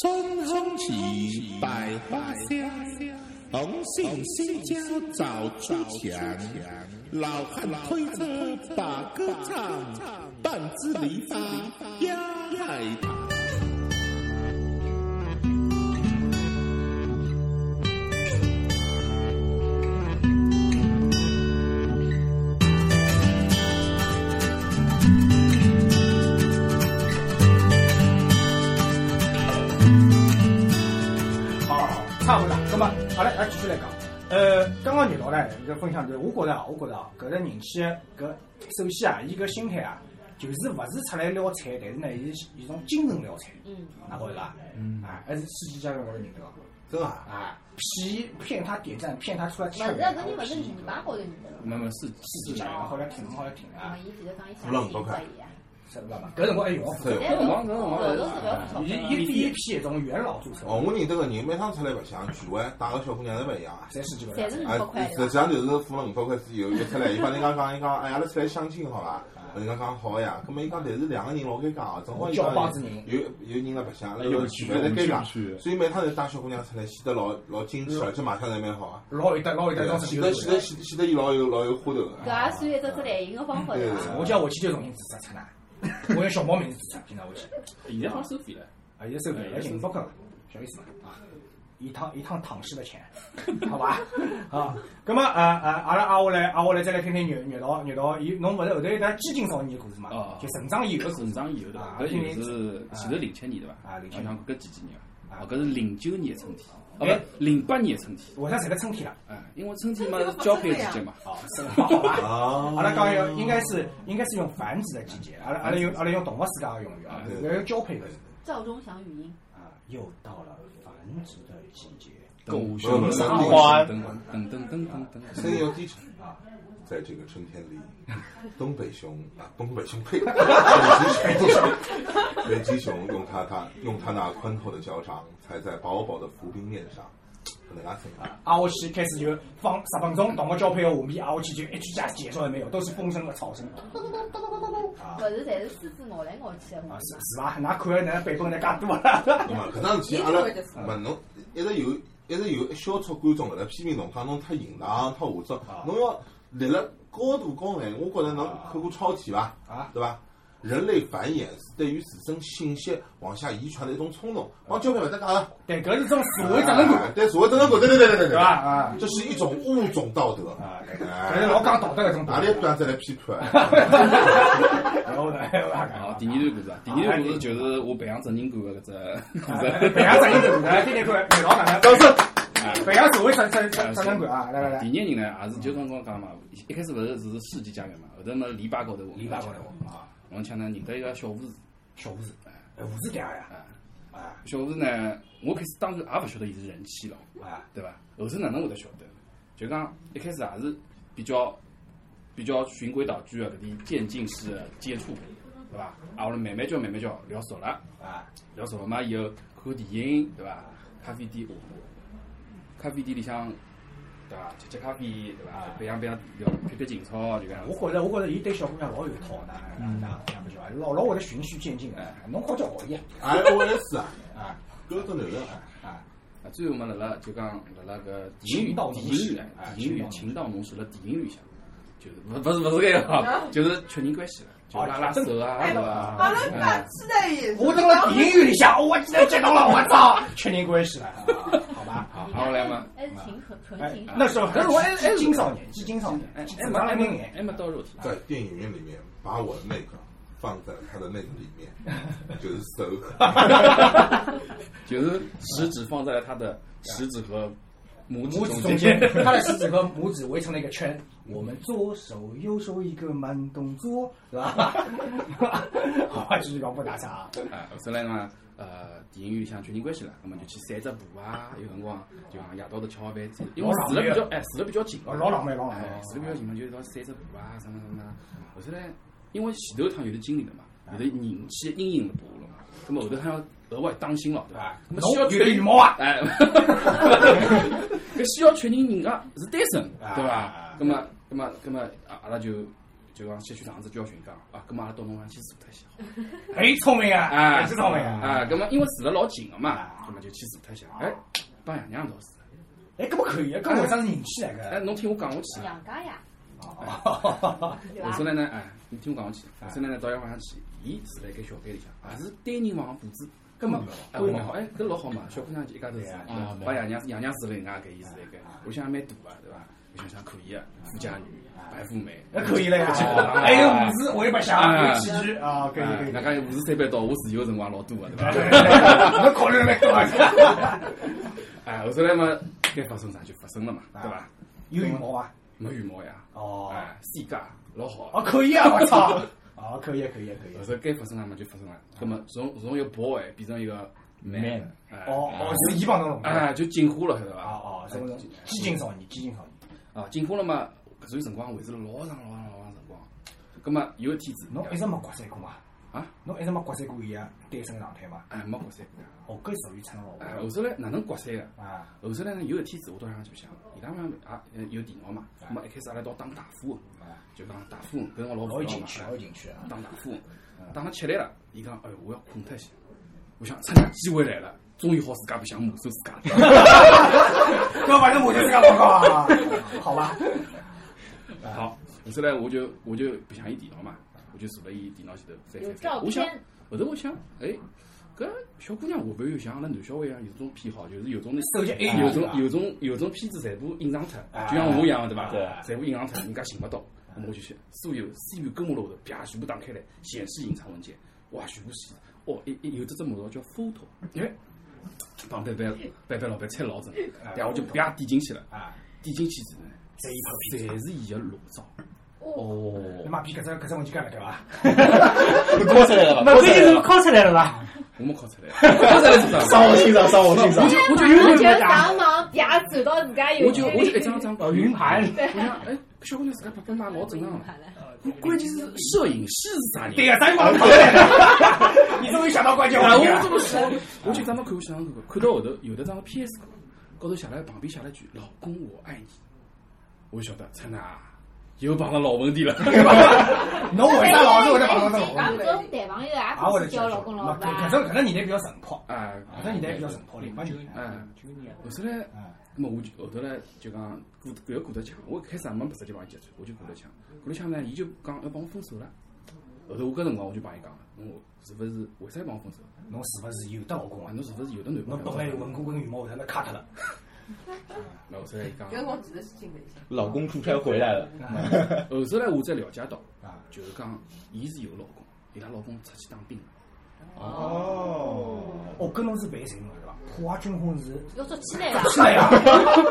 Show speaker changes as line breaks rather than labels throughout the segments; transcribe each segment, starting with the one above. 春风起，百花香，红杏新交早出墙。老汉推车把歌唱，半支梨花压海棠。
好，差勿多。咁么，阿拉还继续来讲。呃，刚刚热闹呢，搿分享就是我觉着啊，我觉着啊，搿个人气搿首先啊，伊搿心态啊，就是勿是出来撩菜，但是呢，伊是一种精神撩菜，
嗯，
哪觉着伐？嗯，啊，还是世纪佳缘高头认得个，
真啊，
啊，骗骗他点赞，骗他出来吃
勿是，搿人勿是泥巴高头认得
没没是是
世纪佳缘好来挺，好来挺
个嘛
啊，，
伊前头讲伊
不冷不快
快。
是勿嘛？搿辰光还用我付
对
出，
哎，侬老是勿要付
伊
钞
伊第一批一种元老主持，
哦，我认得个人，每趟出来白相聚会，带个小姑娘侪勿一样啊。
侪世纪
侪是
佳
五
啊
百块，
实际上就是付了五百块之后，一出来，伊帮人家讲，伊讲，哎，阿拉出来相亲好伐？人家讲好呀。咁么伊讲，但是两个人老尴尬哦，正好伊讲
叫包子人哎
有有人来白相，阿拉
有
要
趣
聚会来
有
尴
趣
尬，所以每趟侪带小姑娘出来，显得老老精致，而且卖相侪蛮好啊。
老有得老有得
对
种
啊，
是
显得显得显得显得伊老有老有花头
搿
啊。
也算一只只来行个方法对伐？
我叫回去就重新自杀出来， 我用小猫名字自杀，平常回去。
现在好像收费了，
啊，现在收费要进五百块了，小意思嘛啊！一趟一趟躺尸的钱， 好吧？啊，咁么呃呃，阿拉挨下来挨下来再来听听月月桃月桃，伊侬勿是后头有段激进少年的故事嘛
哦？
就成长以后
搿成长以后对伐
啊？
搿就是前头零七年对伐？
啊07
我想搿几几年
啊
伐？哦，搿是零九年的春天，哦
哎
勿，零八年的春天，
为啥成了春天了？
哎，因为春天嘛是交配季节嘛，
哦，是吧 好吧？
啊
阿拉讲要应该是应该是用繁殖的季节，阿拉阿拉用阿拉用动物世界的用语啊，
对
要用交配的
赵忠祥语音，
啊，又到了繁殖的季节
狗
熊
熊
赏
花
等等等等等等
声音要低沉。
啊。
在这个春天里，东北熊啊，东北熊呸，北极熊，北极熊用它它用它那宽厚的脚掌踩在薄薄的浮冰面上，不能啊，啊，
挨下去开始就放十分钟，动物交配的画面挨下去就一句家介绍也没有，都是风声和草声
咚咚咚咚咚咚咚，勿是侪是狮子咬来咬去的
啊
嘛，？
是是伐？㑚看的那版本那介多了，
那么搿桩事体阿拉勿侬一直有一直有一小撮观众辣辣批评侬讲侬太淫荡太下作，侬要立辣高度高眼，我觉着侬看过超体伐？
啊，
对伐？人类繁衍是对于自身信息往下遗传的一种冲动，往交配勿搭界了。
对，搿是种社会责任感，
对所谓责任感，对对对对对，
对伐？？啊
这是一种物种道德
啊，搿是
哎，
老讲道德搿种
哪
道
里
德。
不要再来批判？
然后呢，
啊，
啊
第二段故事啊，第二段故事就是我培养责任感的搿只故事。
培养责任感，来，天天看，看老哪能？掌声。培养社会责责责责任感啊！来来来，
第二人呢，也是就刚刚讲嘛，一开始勿是是世纪佳缘嘛，后头么篱笆高头，
篱笆高头啊，
我抢呢认得一个小护士，
小护士，哎，护士嗲呀，
啊，
啊
小护士呢，我开始当时也勿晓得伊是人气佬，
啊
对伐？后头哪能会得晓得？就讲一开始也是比较比较循规蹈矩的搿点渐进式的接触，对伐？啊，我们慢慢叫慢慢叫聊熟了。
啊！
聊熟了嘛以后，看电影对伐？咖啡店，咖啡店里向对伐？吃吃咖啡对伐
啊？
培养培养聊拍拍情操就搿样
我。觉着，我觉着伊对小姑娘老有套呢，哪哪不晓得，老老会得循序渐进的，侬靠叫熬夜
iOS 啊，
啊
标准流量啊，
啊！
啊，最后嘛，辣辣就讲辣辣搿电影
情到
院，
浓
电影
时
院
啊，
电影院，
情
情到浓时辣电影院里向，就是勿勿是勿是搿 样啊，就是确认关系了，就
哦
拉拉手啊，
哎
对
阿拉
伐？
搿
嗯
期待也是。
我等了电影院里向，我记得激动了，我操，确认关 系了，啊好吧？
好，好来嘛，
还是挺纯纯
哎
情，
那时候，那时候还是青少年，是青少年，
哎哎
怎
没
么
还
还没
没
眼？
还没到肉体，
在电影院里面把我的那个放在他的那个里面，就是手，
就是食指放在了他的食指和拇
拇指
指
中
中
间
间。，
他的食指和拇指围成了一个圈。我们左手右手一个慢动作，是 吧？好，继续搞不打岔啊！
啊，后头来嘛，呃，电影院里向确认关系了，那么就去散只步啊，有辰光就讲夜到头吃好饭之后，因为住了比较哎，住了比较近，
老老浪漫，老浪
哎
漫，，
住了比较近嘛，就一道散只步啊，什么什么啊。后头来，因为前头一趟有点经历了嘛，有点人气阴影了不下了嘛，那么后头还要额外当心了，对伐
啊？
那么先要
侬
确
有点
认
羽毛啊！
哎，搿先要确认人家是单身，对伐
啊？
咁么，咁么，咁么，啊阿拉就
就讲先去上次教训讲啊，葛末阿拉到侬房去住脱一歇好。
哎，聪明啊，
啊，
还是聪明啊！
啊，葛末因为住了老近个嘛，葛末就去住脱一歇。哎，帮爷娘一道住。
哎，搿么可以，搿么算是人气来
哎，
个。
侬听我讲下去。
娘家呀，
哦
对伐
后头？来呢，哎，你听我讲下去。
哎
后头来呢，到伊晚上去，伊住辣一间小间里向，也是单人房铺子，
搿么
哎，我讲好，哎，搿老好嘛，小姑娘就一家头住
对啊，哎
嗯把爷娘爷娘住了一家搿伊住了一间，我想也蛮大个，对伐？我想想可以个，啊富家女，白富美，
哎那可以了呀
啊！
还有五子，我也白相，
啊
有喜剧啊，可以可
哎
以。
外加有五十三班到，我自由的辰光老多个，啊对
哎
伐？
侬考虑了蛮多啊，
哎，后头来嘛，该发生啥就发生了嘛，对伐？
有羽毛啊？
没羽毛呀，
哎哦，
哎，世界老好
哦，。可以啊！我操！哦，可以啊可以啊可以
后
啊。
头该发生啥嘛就发生了，葛末从从一个 boy 变成一个 man，哎
哦哦，是伊帮侬弄的。
哎，就进化了，晓得伐？
哦哦，什么
哎进
激进少年，激进少年。
啊，进化了嘛，搿段辰光维持了老长老长老长辰光。葛末有一天子，
侬一直没刮三过嘛？
啊，
侬一直没刮三过伊个单身状态嘛？
哎没刮三过，
哦，搿属于趁老
哎后头来哪能刮三个？
啊
后头来呢有一天子，我到上去想，伊拉嘛也呃有电脑嘛，葛末一开始阿拉一道打大富翁，
啊！
就讲大富翁跟我老
老
婆
有
老
进
嘛，
去，老有进去啊！
打大富翁，打了吃力了，伊讲哎哟我要困脱一歇，我想趁着机会来了，终于好自家白相骂死自家了。
要反正我就自家报告啊， 好吧？
好，后头来我就我就白相伊电脑嘛，我就坐辣伊电脑前头翻
有
翻
照
翻。我想
片
后头我想，哎，搿小姑娘会不会有像阿拉男小孩一样有种偏好，就是有种那
手机 A
哎有种有种有种片子全部隐藏脱，
啊
就像我一样的对
对
伐？全部隐藏脱，人家寻勿到。那么我就去所有 CPU 跟我后头啪全部打开来，显示隐藏文件，哇，全部是哦，一一有只只模道叫 photo，哎，帮贝贝贝贝老板猜老准，然后我就啪点进去了，
啊，
点啊进去之后呢，
这一套片子，
侪是伊个裸照。
哦，
哦，
你妈逼搿只搿只文件干了对伐？
抠出来了吧？抠出来了吧，
考出来了伐？
我没考出来，考出来是啥？
伤我心上，伤我心上
我。就
哎
我就
我就上网底下走到自家
我
邮
就
件
我就一
里，
张张
哦，云盘，
我想，哎，搿小姑娘自家拍拍卖老正常了。关键是摄影师是啥人？
对呀，啥辰光考出来的？你终于想到关键
啊，
问
我
题了
这。么说，我就张张看，我就张张看，看到后头有的张 PS 高头写了旁边写了一句“老公我爱你”，我就晓得，灿啊，又碰到老 问题了。
侬为
哎
啥老是会得碰到这
啊，
种？
种谈朋友
啊，
也
我
不
的
是交老公老婆
搿种搿种年代比较淳朴，
啊，
搿种年代比较淳朴，零八年。
哎哎，后头来，那么我就后头来就讲过搿个过得抢，我一开始也没直接帮伊接触，我就过得抢，过得抢呢，伊就讲要帮我分手了。后头我搿辰光我就帮伊讲了，我是勿是为啥要帮我分手？
侬是勿是有得老公
哇，
啊？
侬是勿是有的男朋
侬
友？
懂来有文工跟羽毛，后头来卡脱了。
那后头来伊讲，
搿辰光其实是进了一下，
老公出差回来了，
后头呃来我才了解到，
啊
就是讲伊是有老公，伊拉老公出去当兵了。
哦，搿侬是背谁侬是伐？破坏军工是
要做起来了，
是的 呀，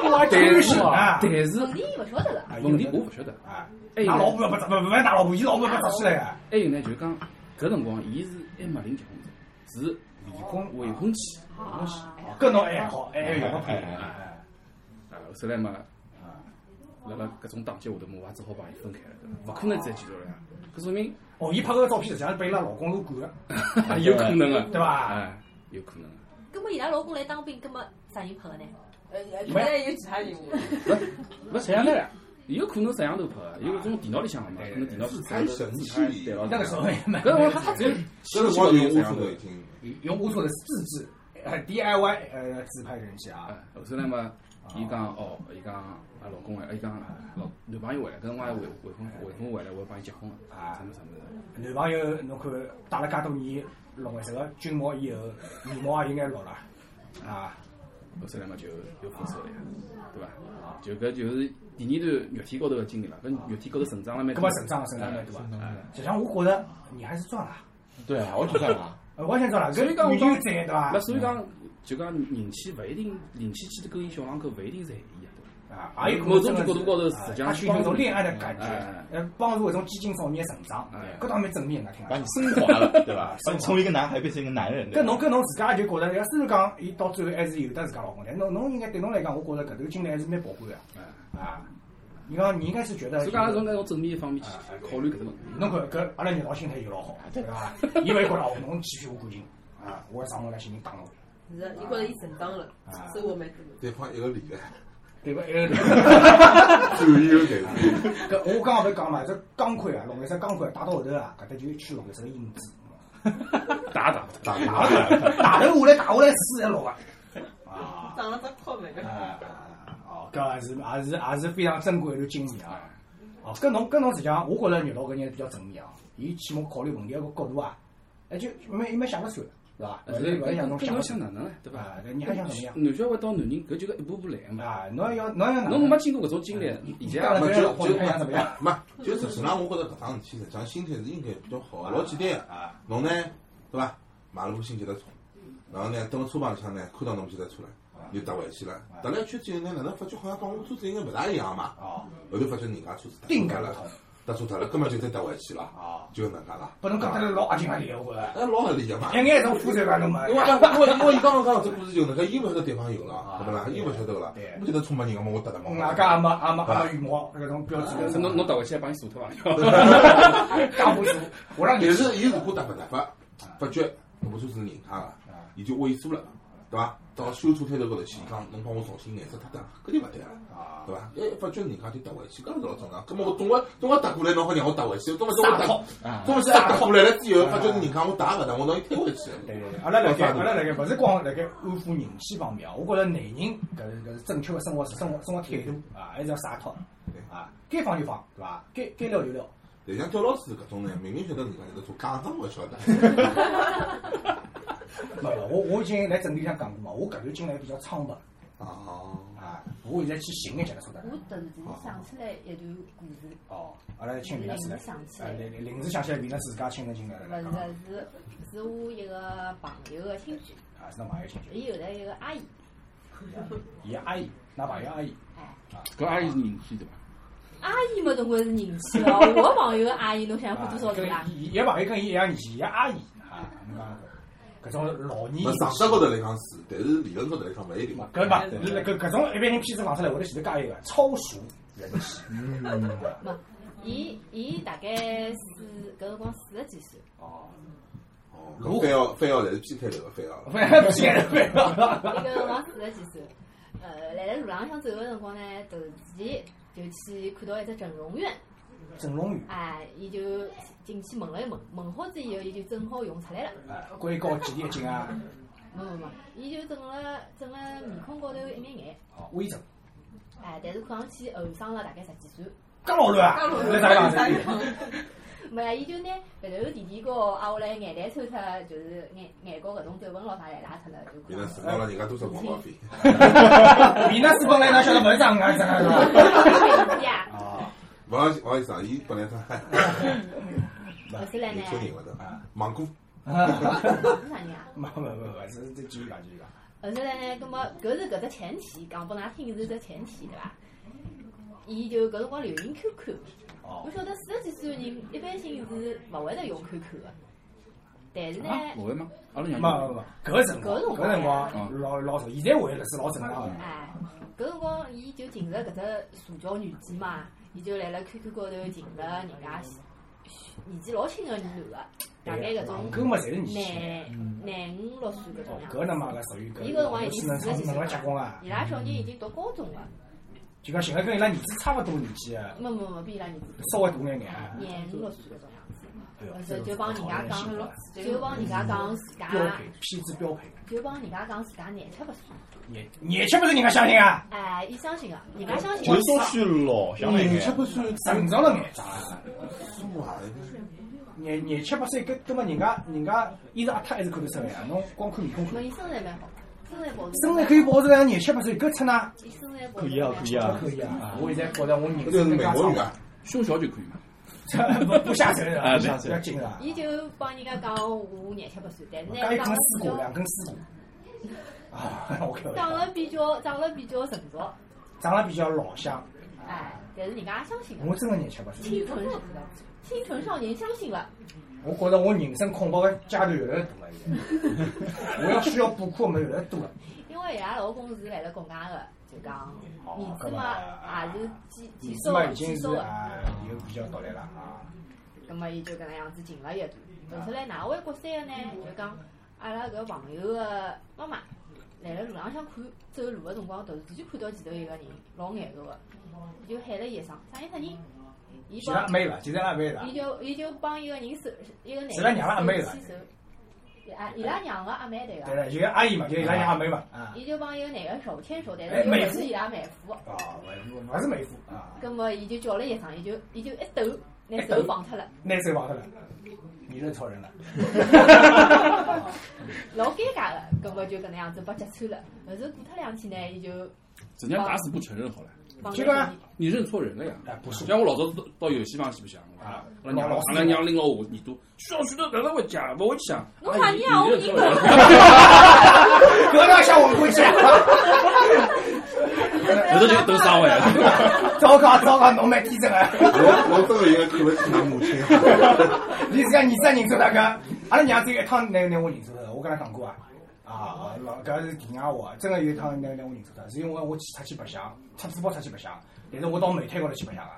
破坏军
是
工啊！哎
但是
问题勿晓得了。
问题我勿晓得。
啊，
还有
打老
呢
婆要不不不不打老婆，伊老婆要不出来呀？
还有呢，就是讲搿辰光伊是还没领结婚证，是
离婚
未婚妻。
啊
哦搿侬还好，还有个
哎
配啊。
啊，后头来嘛，辣辣搿种打击下头嘛，我也只好帮伊分开了，对伐？勿可能再继续了呀，搿说明
哦，伊拍搿个照片实际上是被伊拉老公撸管的，
有可能啊，
对伐？
哎，有可能啊。
葛么伊拉老公来当兵，葛么啥人拍个呢？
呃，现在有其他人物，
勿实样的，有可能摄像头拍的，有搿种电脑里向个
哎
嘛，可能电脑
自
自
拍神器
对
那个时候也蛮
搿辰光他只有
搿辰光有乌苏头已经，
用我做的自制呃 DIY 呃自拍人机啊
啊，后头来嘛，伊讲哦，伊讲啊老公回来，伊讲老男朋友回来，搿辰光还未未婚未婚回来，我要帮伊结婚个，
啊
什么什么的，
男朋友侬看戴了介多年绿颜色个军帽以后，面貌也有眼绿了啊。
后头来嘛就就分手了呀，对伐？就搿就是第二段肉体高头个经历了，搿肉体高头成长了蛮
搿么
多的，
成长成长蛮多
啊
啊
哎
实际上我觉着你还是赚了，
对啊，我就干 嘛？
呃完全赚了，搿
所以
女
讲我
就
讲
有对伐
那？所以讲，就讲人气勿一定，人气去的勾引小狼狗勿一定是害伊啊，
啊，也有
某种
真的
角度高头
是
实际
啊它
上是
是
一
帮助
种
恋爱的感觉
哎，
呃，帮助搿种激进少年成长
哎，
搿倒蛮正面的，听
把
啊
你。升华了，对吧？从从一个男孩变成一个男人，对
搿
吧
侬搿侬自家就觉着，哎虽然讲伊到最后还是有得自家老公，但侬侬应该对侬来讲，我觉着搿段经历还是蛮宝贵的
对伐？
啊。你讲你应该是觉得，
所以讲，从那种正面方面去
哎
考虑搿个问题。
侬看搿阿拉领导心态有老
啊
好，对伐？伊勿会觉着哦侬欺骗我感情啊，我要上门来寻人打侬
是，伊觉着伊成长了，收获蛮多的。
对方一个礼拜，
对伐？呃，
最后伊又给
搿我刚刚勿是讲嘛，这钢盔啊，龙岩山钢盔啊，打到后头啊，搿搭就一圈龙岩山个影子，
打打打，
打打打，
打头下来打下来四十六啊！
长了只靠门
啊，哦，搿也是也是也是非常珍贵一段经验啊！哦，搿侬搿侬实际上，我觉着牛老搿人比较正面啊，伊起码考虑问题个角度啊，哎就没没想勿穿，对伐？勿是勿是像侬
搿
想
哎侬
勿
想
穿
哪能呢？对伐？
啊？搿你还想怎么样？
男小孩到男人，搿就搿一步步来嘛。
啊，侬要侬要哪
侬没经过搿种经历，现
干了
在也
别
没
人的活，
就
还想怎么样？
没，就实际上我觉着搿桩事体，实际上心态是应该比较好的，老简单个。
啊，
侬呢，对伐？买了部新脚踏车，然后呢，等我车棚里向呢，看到侬脚踏车了，又搭回去了。搭了一圈之后呢，哪能发觉好像帮我车子应该勿大一样嘛？
哦，
后头发觉人家车子搭
定
错
格
了
了，
搭错脱了，根本就再搭回去了，
啊，
就搿能介啦。
拨侬讲得老合情合理，我觉着。
哎，老合理个嘛。
一眼从肤色讲侬嘛，
因为因为因为伊刚刚讲这故事就那个，伊勿晓得对方有了，对勿啦？伊勿晓得个啦
对。
我觉得出门人个嘛，我搭得
我
毛。
外加也没也没也没羽毛，搿种标志
是
的，
侬侬打回去还帮伊锁脱啊朋友。
加不住，我让
但
你
是伊如果搭勿搭发，发觉搿部车是人家个，
啊
伊就畏缩了，对伐？到修车摊头高头去，伊讲侬帮我重新颜色搭搭，搿就勿对了。
啊，
对伐？哎，发觉人家就搭回去，搿是老正常。葛末我总归总归搭过来，侬好让我搭回去，总归总归搭，
啊，
总归是搭过来了之
啊
后，发觉人家我搭勿搭，我拿伊推回去。
对对对，阿拉辣盖阿拉辣盖，勿是光辣盖安抚人气方面啊，我觉着男人搿搿是正确个生活生活生活态度啊，还是要洒脱啊，该放就放，对伐？该该聊就聊，
但像刁老师搿种呢，明明晓得人家有得做假装勿晓得。
没有，我我已经来整理上讲过嘛，我搿段经历比较苍白
哦，
啊，我现在去寻眼脚踏车的
我突然之间想起来一段故事，
哦，阿拉请
临
人家自
时
来，
想起
啊，
来，
临临时想起来，人家自家亲身经历来
勿
讲
是是是我一个朋友个亲戚，
啊，是侬朋友亲戚，
伊后来有个阿姨，
伊阿姨，㑚朋友阿姨，
哎，
搿阿姨是人气对伐？
阿姨嘛总归是人气了，我朋友个阿姨侬想
啊
花多少
跟
钱啦？
伊伊朋友跟伊一样年纪，伊阿姨啊，侬讲搿种老年
那
人。
常识高头来讲是，但是理论高头来讲勿一定。
搿嘛，搿搿种一般人片子放出来，会得前头加一个超熟人气。
没，伊伊大概四搿辰光四十几岁，
哦，
哦，搿非要非要来是 P 开头个，非要。
不要不要不要！
伊搿辰光四十几岁，呃，辣辣路浪向走个辰光呢，突然之间就去看到一只整容院，
整容院
哎，伊就进去问了一问，问好之以后，伊就正好用出来了。
啊，硅胶几钿一斤啊？
没没没，伊就整了整了面孔高头有一眼眼，
哦，微整，
哎，但是看上去后生了大概十几岁。
介老乱啊！搿啥样
三
子？
没哎呀，伊就拿鼻头垫垫高，啊，下来眼袋抽脱，就是眼眼角搿种皱纹咯啥侪拉脱了，就
伊
看
那
上去。
是拿了人家多少广告费？
米纳斯本来哪晓得勿是这样子啊？
呀，
啊
勿好勿好意思啊，伊本来他
后头来呢
年，轻人勿得，
啊！
忙过
是啥人啊？
没没没没，是这继续讲继续讲。
后头来呢，葛末搿是搿只前提，讲拨㑚听是只前提，对伐？伊就搿辰光流行 QQ，
哦
我，晓得四十几岁的人一般性是勿会得用 QQ 的，但是呢，
啊，勿会吗？阿拉
没
娘
没没，搿辰光搿辰光
嗯
老老早，现在回来是老正常的。
哎，搿辰光伊就进入搿只社交软件嘛，伊就辣辣 QQ 高头进入人家年纪老轻个男个，大概搿种
搿嘛侪是年轻人。
廿廿五六岁搿种样。
搿他妈个属于搿，
伊搿辰光已
是
经
能
四十几
能
岁
能结棍啊
了，！伊拉小人已经读高中了，
就讲寻个跟伊拉儿子差勿多年纪啊，
没没没比伊拉年纪
稍微大眼眼啊。
廿五六岁搿种样子。
哎呦
后头就帮人家
这
讲
个，
就帮人家讲自
标
家
配，，片子标配，
就帮人家讲自家廿七八岁。
年年轻勿是人家相信啊，
哎，伊相信个，人家相信
就是说去老乡那
嗯
年
眼
轻，不算
成熟了眼啊。
数啊，
廿廿七八岁，搿搿么人家人家衣裳邋遢还是看得出来啊，侬光看面孔看
没，伊身材蛮好，身材保持。
身材可以保持在廿七八岁，搿出呢
伊身材保
可
持。
以啊，可以啊，
可以啊。我现在觉得我人
搿就是
生
美
更加
国人啊。
胸小就可以嘛。
长， 不不下垂了
啊
不下垂
对
要紧啊。
伊就帮人家讲我廿七八岁，但是呢
刚一根
长得
丝
比
瓜，两
较
根丝 瓜。啊，我开玩
长
笑，
得比较长得比较成熟，
长得比较老相，
哎，但是人家相信
我
个，
真的廿七八岁。
清纯清纯少年相信个，
我觉着我人生空白个阶段越来越大了，现在我要需要补课么越来越 多了。
因为伊拉老公是来了国外个，就讲
啊哦
儿子嘛也是几
你
啊几
起
收
码
个
已经
几
是
收个，
啊，有比较独立了啊。
葛么伊就搿能样子进了一段。后头来哪位国三个呢？就讲阿拉搿朋友个妈妈来了路浪浪向看走路个辰光，突然间看到前头一个人，老眼熟个，伊就喊了一声，啥人啥人？伊
其实阿
帮，
妹了，其实阿妹了
伊，就伊就帮一个人手，一个男的
啊是他娘的阿妹了
手牵手，伊拉伊拉娘个阿妹对
对
个，
了，就阿姨嘛，就伊拉娘阿妹嘛，啊
伊就帮一个男的手牵手，但
哎
是
妹
又
夫
勿是伊拉妹夫，
啊，勿勿是妹夫啊，
葛末伊就叫了一声，伊就伊就一抖，拿手放脱了，
拿手放脱了，你是超人了，
老尴尬个，葛末就搿能样子被揭穿了。后头过脱两天呢，伊就
人家打死不承认好了，
帮
这个啊
伊
你认错人了呀。
啊不是
像我老早到到游戏房去白相，
啊
阿拉娘阿拉娘拎牢我耳朵，徐老徐都不要回家，不回去啊。
侬
阿
喊
姨
你啊
你
我认
认错人
错
了，
不要向我过去，
啊
后头就都啊撒回来了。
糟糕糟糕，侬蛮天真啊！
我我这个应该看不起他母亲，
你自家儿子认错大家，阿拉娘只有一趟拿拿我认错的，我跟他讲过啊。啊，老搿是第二话，真的有一趟拿拿我认错的，是因为我去出去白相，出珠宝出去白相，但是我到煤炭高头去白相啊，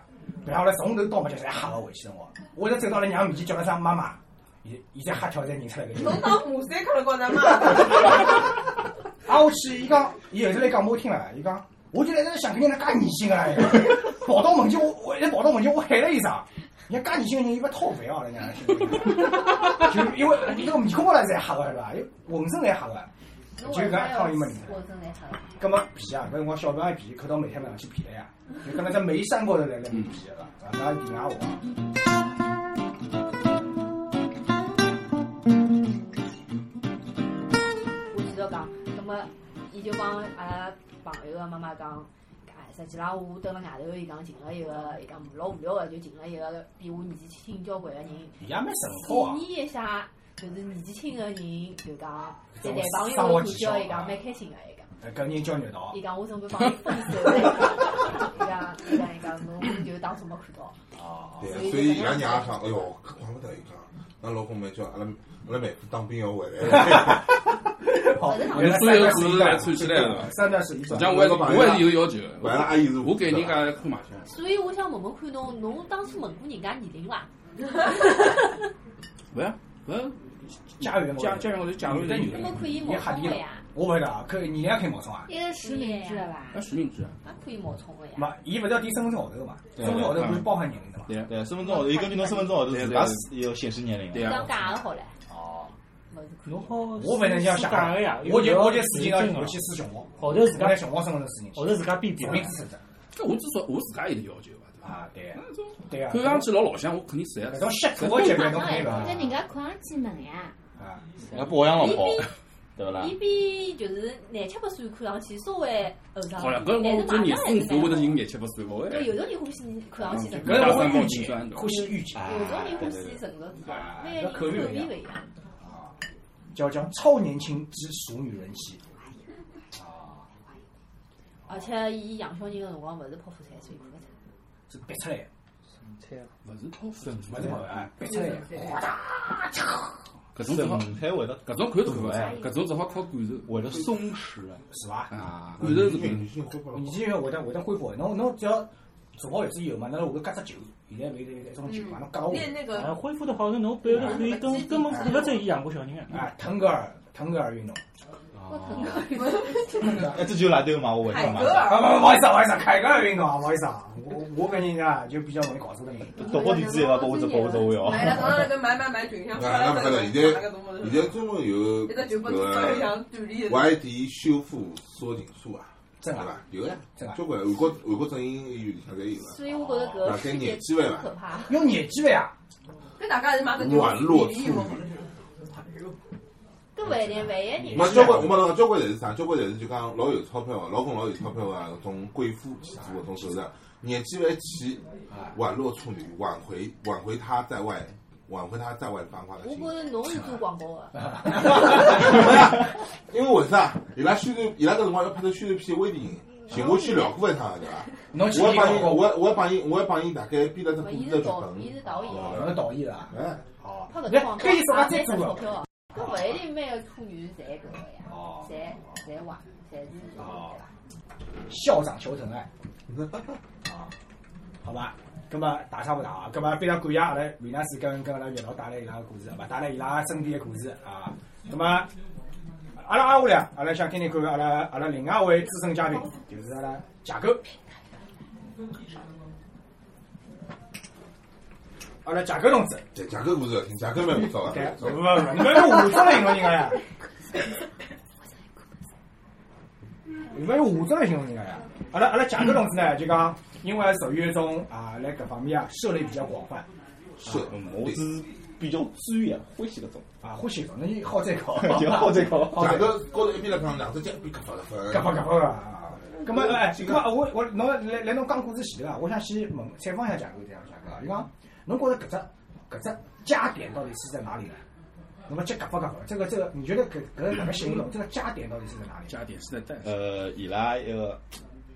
白相后来从头到尾就侪吓了回去的我，我一直走到了娘面前叫了声妈妈，伊伊才吓跳才认出来个人。
侬当马赛克了高头嘛？
啊，我去，伊讲，伊后头来讲拨我听了，伊讲，我就在这想，搿人哪介恶心个啦！跑到门前，我我一跑到门前，我喊了一声，人家介恶心个人，伊勿讨饭哦，人家，就因为这个面孔高头侪吓个是伐？浑身侪吓个，
侬
就
为
搿
啥要
抗议嘛你
我真来吓人
葛末皮啊，搿辰光小朋友皮扣到煤炭上去皮了呀，就搿能在煤山高头来来皮个啦，啊，那顶下我啊。
我继续讲，葛末伊就帮阿拉朋友个妈妈讲，哎，实际浪我蹲辣外头，伊讲寻了一个，伊讲老无聊个，就寻了一个比我年纪轻交关个人，
伊也蛮神
体
好啊，
验一下，就是年纪轻个人，就讲
这
在
种
男朋
生
友
活
的
技
比
巧
较，
啊
伊讲蛮开心个，伊讲。
搿人叫虐啊 到
伊，讲我准备帮你分手了， 伊讲伊讲伊讲侬就当初没看到，
对，所以伊拉娘也想，哎哟，怪不得伊讲，那老公们叫阿拉阿拉妹夫当兵要回来，
好，
所
啊
有故事来串起来了。
三段是一
实
段
际，上我还是我还是有要求的，
完了阿姨是
我给人
个，
家看麻将，
所以我想问问看侬，侬当初问过人家年龄伐？
不呀，嗯，
家园
家家人我就假如在女
那
的
么，可以冒
也吓
充
低
了
了
呀，，
我勿晓得啊，可以，你也可以冒充啊。
一个实名制了吧
那？实名制啊，
那可以冒充了呀。
没，伊勿是要点身份证号头个嘛？身
对
份证号头不是包含年龄的嘛？
对呀，
对，身份证号头，伊根据侬身份证号头自家有显示年龄。
对
当
呀，
假的好了，
哦，
勿是可以
侬好，
我反正想
自
想
家个呀，
我就我就
自
使劲
到
到我去撕熊猫，
后头自
我
家
拿熊猫身份证撕进去
后，头自家编
重
编
新支持者
这我至少我自家有点要求吧，对吧？
啊，对对啊，
看上去老老乡，我肯定是
搿
要
种吸土个级别侬肯定勿
但人家看上去能呀，
啊，
要保养老好，对不啦
伊？比就是廿七八岁看上去稍微后生
好了，
点，
搿
但
我
是
做
马
廿
上
四五岁，我都已经
有。
廿七八岁了，我也
对，有种人欢喜看上去成熟，
搿
有
是
种
我
三
预
观
期
挺酸，的
欢喜预期啊，
人欢喜成熟点，
啊
每个人
搿
口
口
味
味
勿
勿一样
一样。
啊叫叫超年轻之熟女人气，啊
而且伊养小人个辰光，勿是剖腹产，所以看勿出。
是逼出来的，
勿是靠身
勿是啊，逼出来的，
搿种只
身
好
材会得
搿种看都看勿出来，搿种只好靠感受
会得松弛啊。
是伐？
啊，感
女
受
性
是
女
平
性恢复了，
年纪越会得会得恢复的，侬侬只要做好月子以后嘛，那下头夹只球，现在勿是有一种球嘛，侬夹到
练那
哎，
个
恢复的好，那侬不要可以跟根本看不出伊养过小人啊。
啊，腾格尔腾格尔运动，
啊
一只球拉丢嘛，我会
海
得嘛
格。尔，
啊，不不好意思，不好意思，凯格尔运动啊，不好意思啊，我我搿人啊就比较容易搞错个人。
读好地址也拨我只拨我只我
买了，
要。
上那个买买买群像，
那不可能，现在现在中国有
一直就
搿
不专项锻炼。
外地修复缩紧术啊，
真
对
个
伐？有呀
真，个
交关韩国韩国整形医院里向侪有
所
个，
以我觉得搿个世界真可怕。
用年纪了呀，
跟大家是买个
软弱处女。
搿勿一定，万一人
嘛，交关，我帮侬讲，交关侪是啥？交关侪是就讲老有钞票个，老公老有钞票个搿种贵妇去做搿种手术，年纪来起，宛若处女，挽回挽回她在外，挽回她在外繁华的
我
心
觉。着侬是做广啊告的，
因为为啥？伊拉宣传，伊拉搿辰光要拍只宣传片微电影，寻我去聊过一趟个，对伐？
侬去
我
年
还帮伊，
搞过，
我还我还帮伊，我还帮伊大概编了只
勿
故
伊
事
是
的剧
导，伊是
本。
导演，
侬是导演了。
哎，
哦，
拍搿种广告
可以说
也
他
赚
再做
钞
了。
票啊。搿勿一定每个处女侪搿个呀，
哦，
侪侪坏，侪是对
哦
伐？
校长求疼爱。啊，好吧，葛么打岔不打啊，葛么非常感谢阿拉维纳斯跟跟阿拉月老带来伊拉个故事，勿带来伊拉身边个故事啊，葛么。阿拉挨下来，阿拉想听听看阿拉阿拉另外一位资深嘉宾，就是阿拉贾哥。阿拉贾哥同志，
对，价格故事要听，价格蛮不错
对
的，，
不不不，你们用化妆来形容人家呀？你们用化妆来形容人家呀？阿拉阿拉贾哥同志呢，就讲因为属于一种啊，来各方面啊涉猎比较广泛
是，
我是比较专业欢喜搿种，
啊，欢喜搿种好再搞，
就好这个。
价格高头一边来放两只脚，一边夹发了分，
搿不搿不啊！咁么哎，咁么我我侬来来侬讲故事前头啊，我想先问采访一下贾哥这样贾哥啊，就讲侬觉得搿只搿只加点到底是在哪里呢？侬讲这搿不搿不，这个这个，你觉得搿搿哪个形容这个加点到底是在哪里
加点是在带
呃，伊拉一个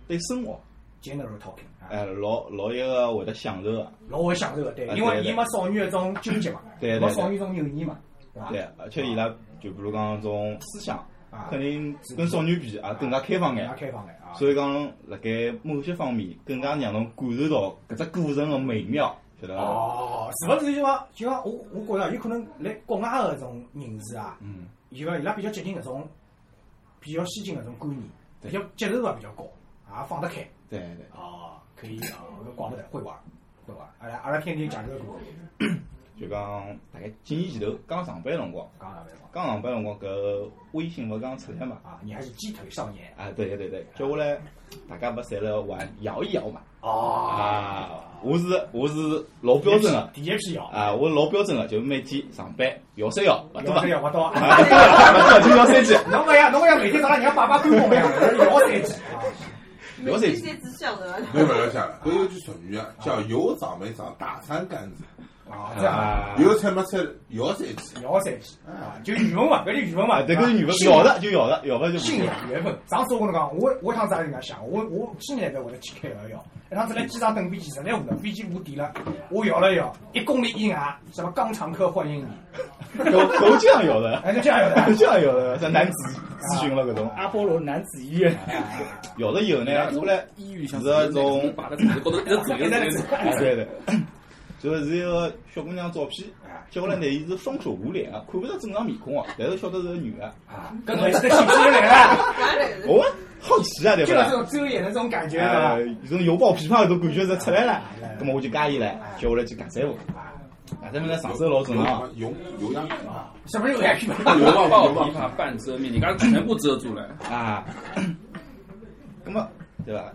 对生活，
？General talking 啊，
哎，老老一个会得享受个，
老会享受个对，因为伊没少女一种纠结嘛，
啊对
没
对对
少女一种扭捏嘛，对伐？
对，而且伊拉就比如讲种思想，
啊，
肯定跟少女比啊更加开放
更
眼
加。开放眼啊，
所以讲，辣盖某些方面更加让侬感受到搿只过程的美妙，晓得伐？
哦，是勿是就讲就讲我我觉着有可能来国外个种人士啊，
嗯，
伊个伊拉比较接近搿种比较先进搿种观念，比
对
较接受度比较高，也放得开。
对对。
哦，可以啊，我怪不得会玩，会玩。阿拉阿拉天天讲这个歌，
就讲大概几年前头刚上班的辰光，
讲哪位嘛？
刚上班的辰光搿微信勿是刚出来嘛？
啊，你还是鸡腿少年
啊，对对对，接下来大家勿侪辣玩摇一摇嘛？
哦，
啊，我是我是老标准的
第一批哦，
啊，我老标准的，就是每天上班摇三摇，勿对
要
伐
是？要不到，
啊，对，就摇三记，
侬勿要侬勿要每天早浪人家爸爸干工一样，摇三级啊，
没这些只想的，
没有没有想了，搿有句俗语啊，叫有枣没枣，打三竿子，
啊这样啊，
啊，
有菜没菜，摇三记，
摇三级啊，就语文嘛，搿就语文嘛，
啊，对，搿是女的摇着就摇着，摇勿就
信
不
仰缘分。上次我跟侬讲，我我一趟子也人家想，我我今年才会得去开个摇，一趟子来机场等飞机，实在无聊，飞机误点了，我摇了摇，一公里以外，什么肛肠科欢迎你，
都都这样摇 的，
哎，就这样摇的。
这样摇的，这男子咨询了搿种。
阿波罗男子医院，
哎
有的有呢，后来
医院像
是那种
摆在桌子高头一直走一直走，
哎对的， 就是一个小姑娘照片，结果呢，伊是双手捂脸啊，看不到正常面孔哦，但是晓得是个女的。
啊，跟回去的信息就来了，
完了，
我好奇 啊，对
就是
不
啊这
啦？
种遮掩的哎这种感觉
哎
了。，
有种犹抱琵琶的感觉是出来了，那么我就加伊了，
哎
接下来就夹三胡，夹三胡呢上手老啊正常啊，
有有样，
什么时候来去吧？
有抱抱琵琶半遮面，人家全部遮住了。
哎
啊， 那么对吧？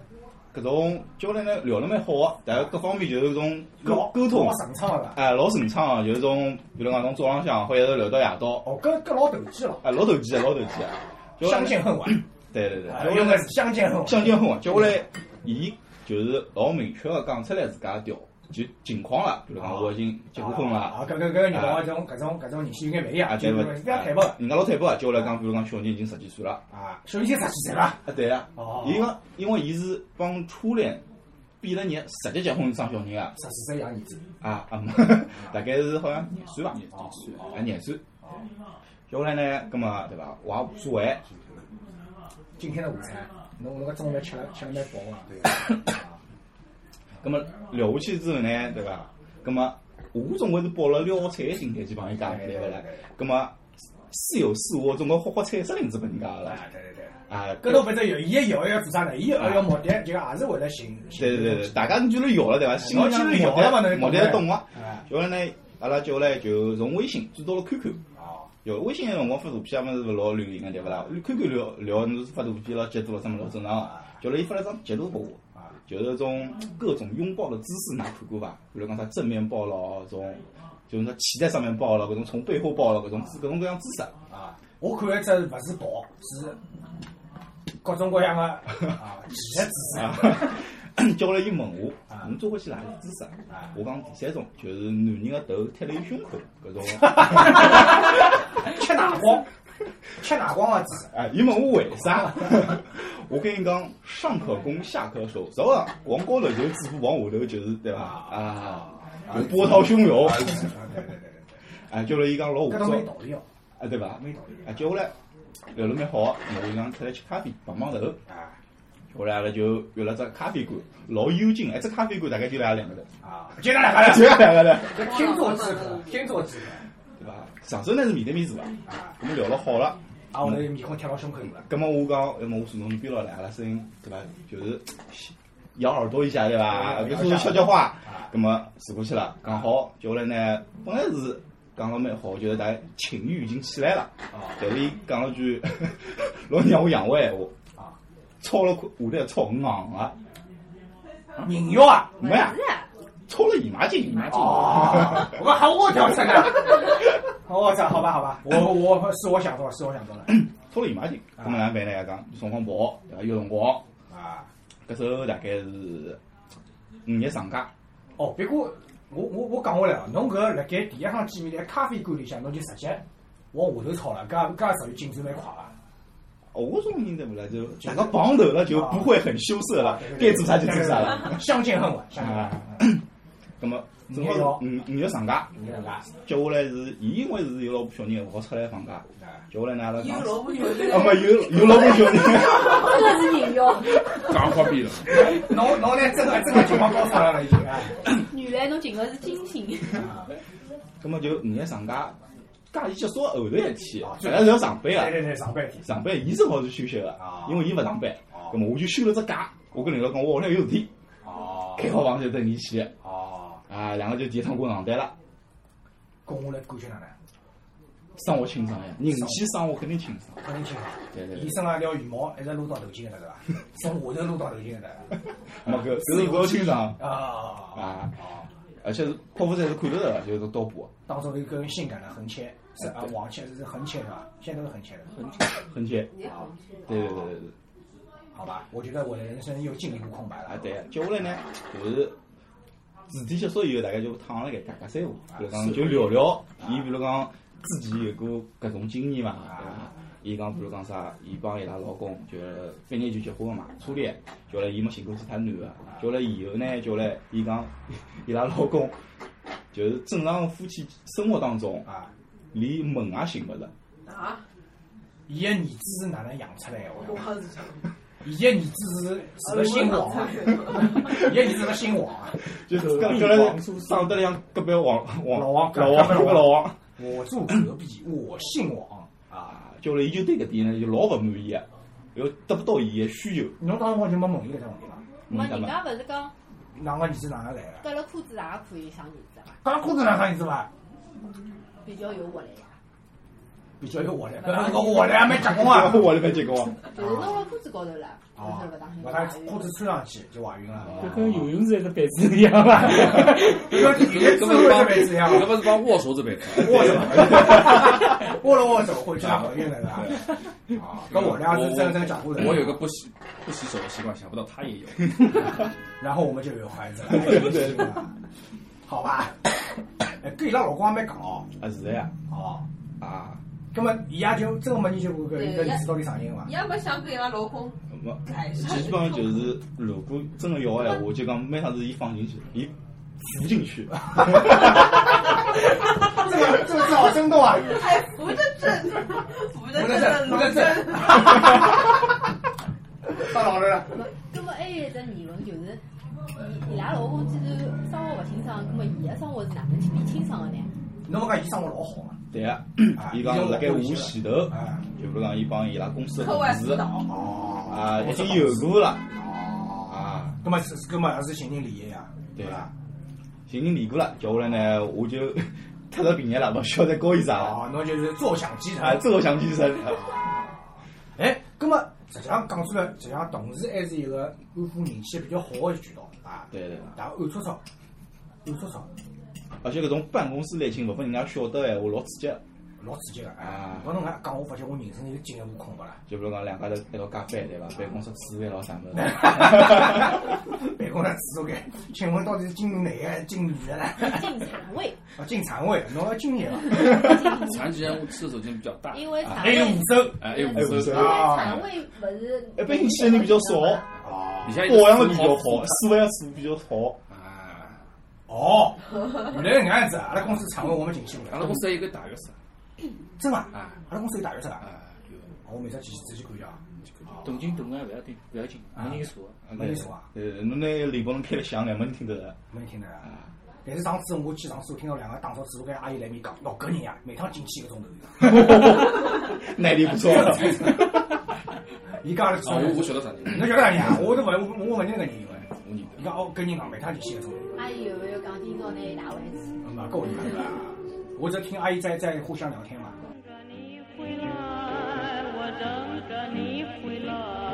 搿种接下来呢聊得蛮好的，但是各方面就是种
老
沟沟通
老，顺畅了啦。
哎，老顺畅啊，就是种比如讲从早浪向或者是聊到夜到，
哦，搿搿老投机了，
啊，老投机啊，老投机啊！接下
相
来
见恨晚，
对对对，
啊
接下
用嗯
来
的是相见恨晚。
相见恨晚。接下来，伊就是老明确的讲出来自家调就情况了，比如讲我已经结过婚了
啊，搿搿搿让我这种搿种搿种人性有眼勿一样
啊，，对
勿
勿？
哎不要太薄
人家老坦白啊，接下来讲，比如讲小人已经十几岁了，
啊，首先十几岁了。
啊，对啊，
哦，
伊讲因为伊是帮初恋毕了业，直接结婚生小人啊，
十四岁养儿子，
啊 啊，大概是好像廿岁吧，
哦
啊廿岁。接下来呢，葛么对伐？我也无所谓，
今天的午餐，侬侬个中药吃了吃了蛮饱啊。
对，
咁么聊下去之后呢，对伐？咁么我总归是抱了撩菜的心态去帮伊讲，对勿啦？咁么是有是无，总归豁豁菜色领子拨人家了
啊，对对对，啊
啊！
搿种反正有，伊个摇要做啥呢？伊摇要目的就也是为了寻。
对对对对，大家就是摇了对伐？心里向目
摇了嘛
的目的懂啊。
对。啊，
后来呢，阿拉后来就从微信转到了 QQ。
哦，
有微信个辰光发图片啊，么是勿老流行个对勿啦？QQ 聊聊侬是发图片了，截图了，什么老正常个。就来伊发了张截图拨我
啊，
就是种各种拥抱的姿势，㑚看过伐？比如讲啥正面抱咯，种就是说骑在上面抱咯，搿种从背后抱咯，搿种姿各种各样姿势。
啊，我看一只勿是跑，是各种各样的啊，几个姿势
啊， 叫来伊问我
啊，
侬做欢喜哪里姿势啊？
啊。
我讲第三种，就是男人个头贴辣伊胸口搿种。
啊吃奶光， 吃奶光的姿势。
哎，伊问我为啥？ 我跟你讲，上可攻，下可守，实际上往高头就是嘴巴，往下头就是对伐？啊，就波涛汹涌。
啊对对对对对，
哎，叫了伊讲老
搿
无
种
招
没，道理哦，
哎对伐？
没道理
哎，接下来聊了蛮好，啊那我就讲出来吃咖啡碰碰头。
啊
后来阿拉就约了只咖啡馆，老幽静，哎，只咖啡馆大概就阿拉两个人，
啊！就那两个人，
就阿拉两个人，
搿天作之合，天作之合
啊对伐？上手呢是面对面是伐？我们聊了好了，
啊，我头面孔贴牢胸口了。
咁么我讲，要么我主动编了来，阿拉声音对伐？就是咬耳朵一下对伐？
对
就
哎咬
是
一下
悄悄话
啊，
咁么试过去了，讲好，接下来呢，本来是讲了蛮好，就是大家情欲已经起来了，
啊
但是 伊讲了句老让我洋胃闲话，
啊，
吵了下头吵硬了，
人妖啊！
啊没啊，吵了姨妈巾，姨妈
哦，我喊我跳出来。我操，好吧，好吧，我我是我想到了，是我想到了
吵了姨妈巾，
啊
咁么哪办呢？讲辰光不好，对伐？有辰光，
啊。
搿时候大概是五一长假，
哦，别过我我我讲回来啊，侬搿辣盖第一趟见面在咖啡馆里向，侬就直接往下头吵了，搿搿属于进展蛮快啊。
哦，我这种人对不啦，就大家碰头了，就不会很羞涩了，该做啥就做啥了。
了，相见恨晚，相见恨
啊
晚，，
那么正好是五五月长假，
你看啦，
接下来是伊因为是有老婆小人，勿好出来放假。接下来呢，阿拉讲，
有
啊
萝卜有的，
没有有老婆小人，
搿是人妖，
讲好比了，
侬侬来真个真个情况高出来了已经 啊。
原来侬进的是金星，
那么就五月长假，假期结束后头一天，大家是要上班
对
个，
对对，上班天
上班伊正好是休息个，因为伊勿上班，那么我就休了只假。我跟领导讲，我屋里有事体，
哦
开好房就等伊去
哦，
啊，两个就第一趟过上班了，
跟我来感觉哪能？
生活清爽呀，人气生活肯定清爽。
肯定清爽。
对对对
伊。身上一条啊羽毛一直撸到头颈个对伐？从下头撸到头颈个对
没搿搿是老清爽
伐？啊
啊，
哦，
而且是泡芙菜是看得到的，就是刀疤，
当中有一根性感的横切是啊，网切是横切是吧？现在都是横切的。
很甜。
你好，
对对对对对，
好吧，我觉得我的人生又进一步空白了。
啊对。接下来呢，就是事体结束以后，大家就躺辣盖讲讲三胡，比如讲就聊聊，伊比如讲自己有过搿种经验嘛，对伐？伊讲比如讲啥，伊帮伊拉老公就是三年前结婚个嘛，初恋，叫来伊没寻过其他男个，叫来以后呢，叫来伊讲 伊拉老公就是正常夫妻生活当中，
啊，
连门也寻勿着。
啊，
伊个儿子是哪能养出来的？
我
我
好是想，
伊个儿子是是个新王啊，伊个儿子是个新王啊。
就是跟跟来长得像隔壁王王
老王
老王
隔
隔
壁
壁老王
我住隔壁，我姓王啊。
啊，叫了伊就对搿点呢就老勿满意个，又得不到伊个需求，
侬当时我就没问伊搿只问题伐？
没
侬
人
懂伐？
家勿是讲
哪个儿子哪能来的？
隔了裤子也可以生儿子嘛，
当然裤子哪能儿子伐？
比较有活力啊呀。
比较有活力，搿个活力还蛮结棍啊。
我来蛮结棍啊，
就是弄到裤子高头了，
啊
就是勿当心
把他
怀孕
裤子穿上去就怀孕了，
就跟游泳池一只板子一样吧。
这个这个
搿
滋
勿是
味
帮
就没这样
搿
了，
勿是帮握手这辈子。
握着握了握手回去还怀孕了是吧？啊，跟我俩是真真假过的，
我有个不洗不洗手的习惯，想不到他也有。
然后我们就有孩子了，对不对？好吧，哎，跟伊拉老公还没讲哦，
啊是的呀，
哦，
啊，
那么伊拉就这个么你就搿个儿子到底啥人伐
你？也没想跟伊拉老公
没。
改一下
基本上就是，如果真的要个闲话，就讲每趟是伊放进去，伊扶进 去，
这个这个字好生动啊！
还扶着正，扶着正，
扶着正
正，
到老头了，
咁么还有一只疑问就是，伊伊拉老公既然生活勿清爽，咁么伊个生活是哪能去变清爽个呢？
侬勿讲伊生活老好嘛？
对个
啊，
伊讲辣盖我前头，
啊，
就比如讲伊帮伊拉公司的
课外
同
辅
事
导，
哦
啊已经有过了
哦，
啊。
那么是那么还是寻人礼仪呀，
对
伐？
寻人理过了，接下来呢，我就特着毕业了，勿晓得搞伊啥了。
哦，侬就是坐享其成。
啊，这个想起身，
哎，那么实际上讲出来，实际上同时还是一个安抚人气比较好的渠道啊。
对对，
但暗搓搓，暗搓搓，
而且搿种办公室恋情，勿拨人家晓得闲话，老刺激。
老刺激的
哎
啊
我侬搿讲，我发觉我人生又进一步空白了。
就比如讲，两家头一道加班，对伐？办公室吃饭咯啥物事，
办公室指数间，请问到底是进男的还是进女的呢？
进肠胃，
啊，进常委，侬要进一个。
残疾人吃手间比较大，
因为 肠
啊还有
胃
五，手。
哎，
哎
有五
因
十
为，肠胃勿是
一般性去的人比较少，
哦
底下
保养的比较好，思维思维比较好。
啊，
哦，原来是搿样子啊！阿拉公司常委我没进去
阿拉
过，
公司还有个大学生
真啊！
啊
阿拉公司有大学生啊！
啊，有
我每次去仔细看一下啊。
嗯
动静动啊，勿要紧，勿要紧，没人说。
没人说啊，
呃，侬拿领导侬开了响，两门听得到。
没人听的啊。但是上次我去上次我听到两个打扫厕所间阿姨来面讲，哦，搿人呀，每趟进去一个钟头。
耐力不错，
伊讲是
啊，我我晓得啥人，
侬晓得啥人啊？我都勿我我勿认得搿人，因为
嗯我认得
伊。讲哦，搿人啊，每趟进去一个钟头。
阿姨有没有哎讲今朝拿伊带回去？
哪个我认得啊？我只听阿姨在在互相聊天嘛。
等着你回来，我等着你回来。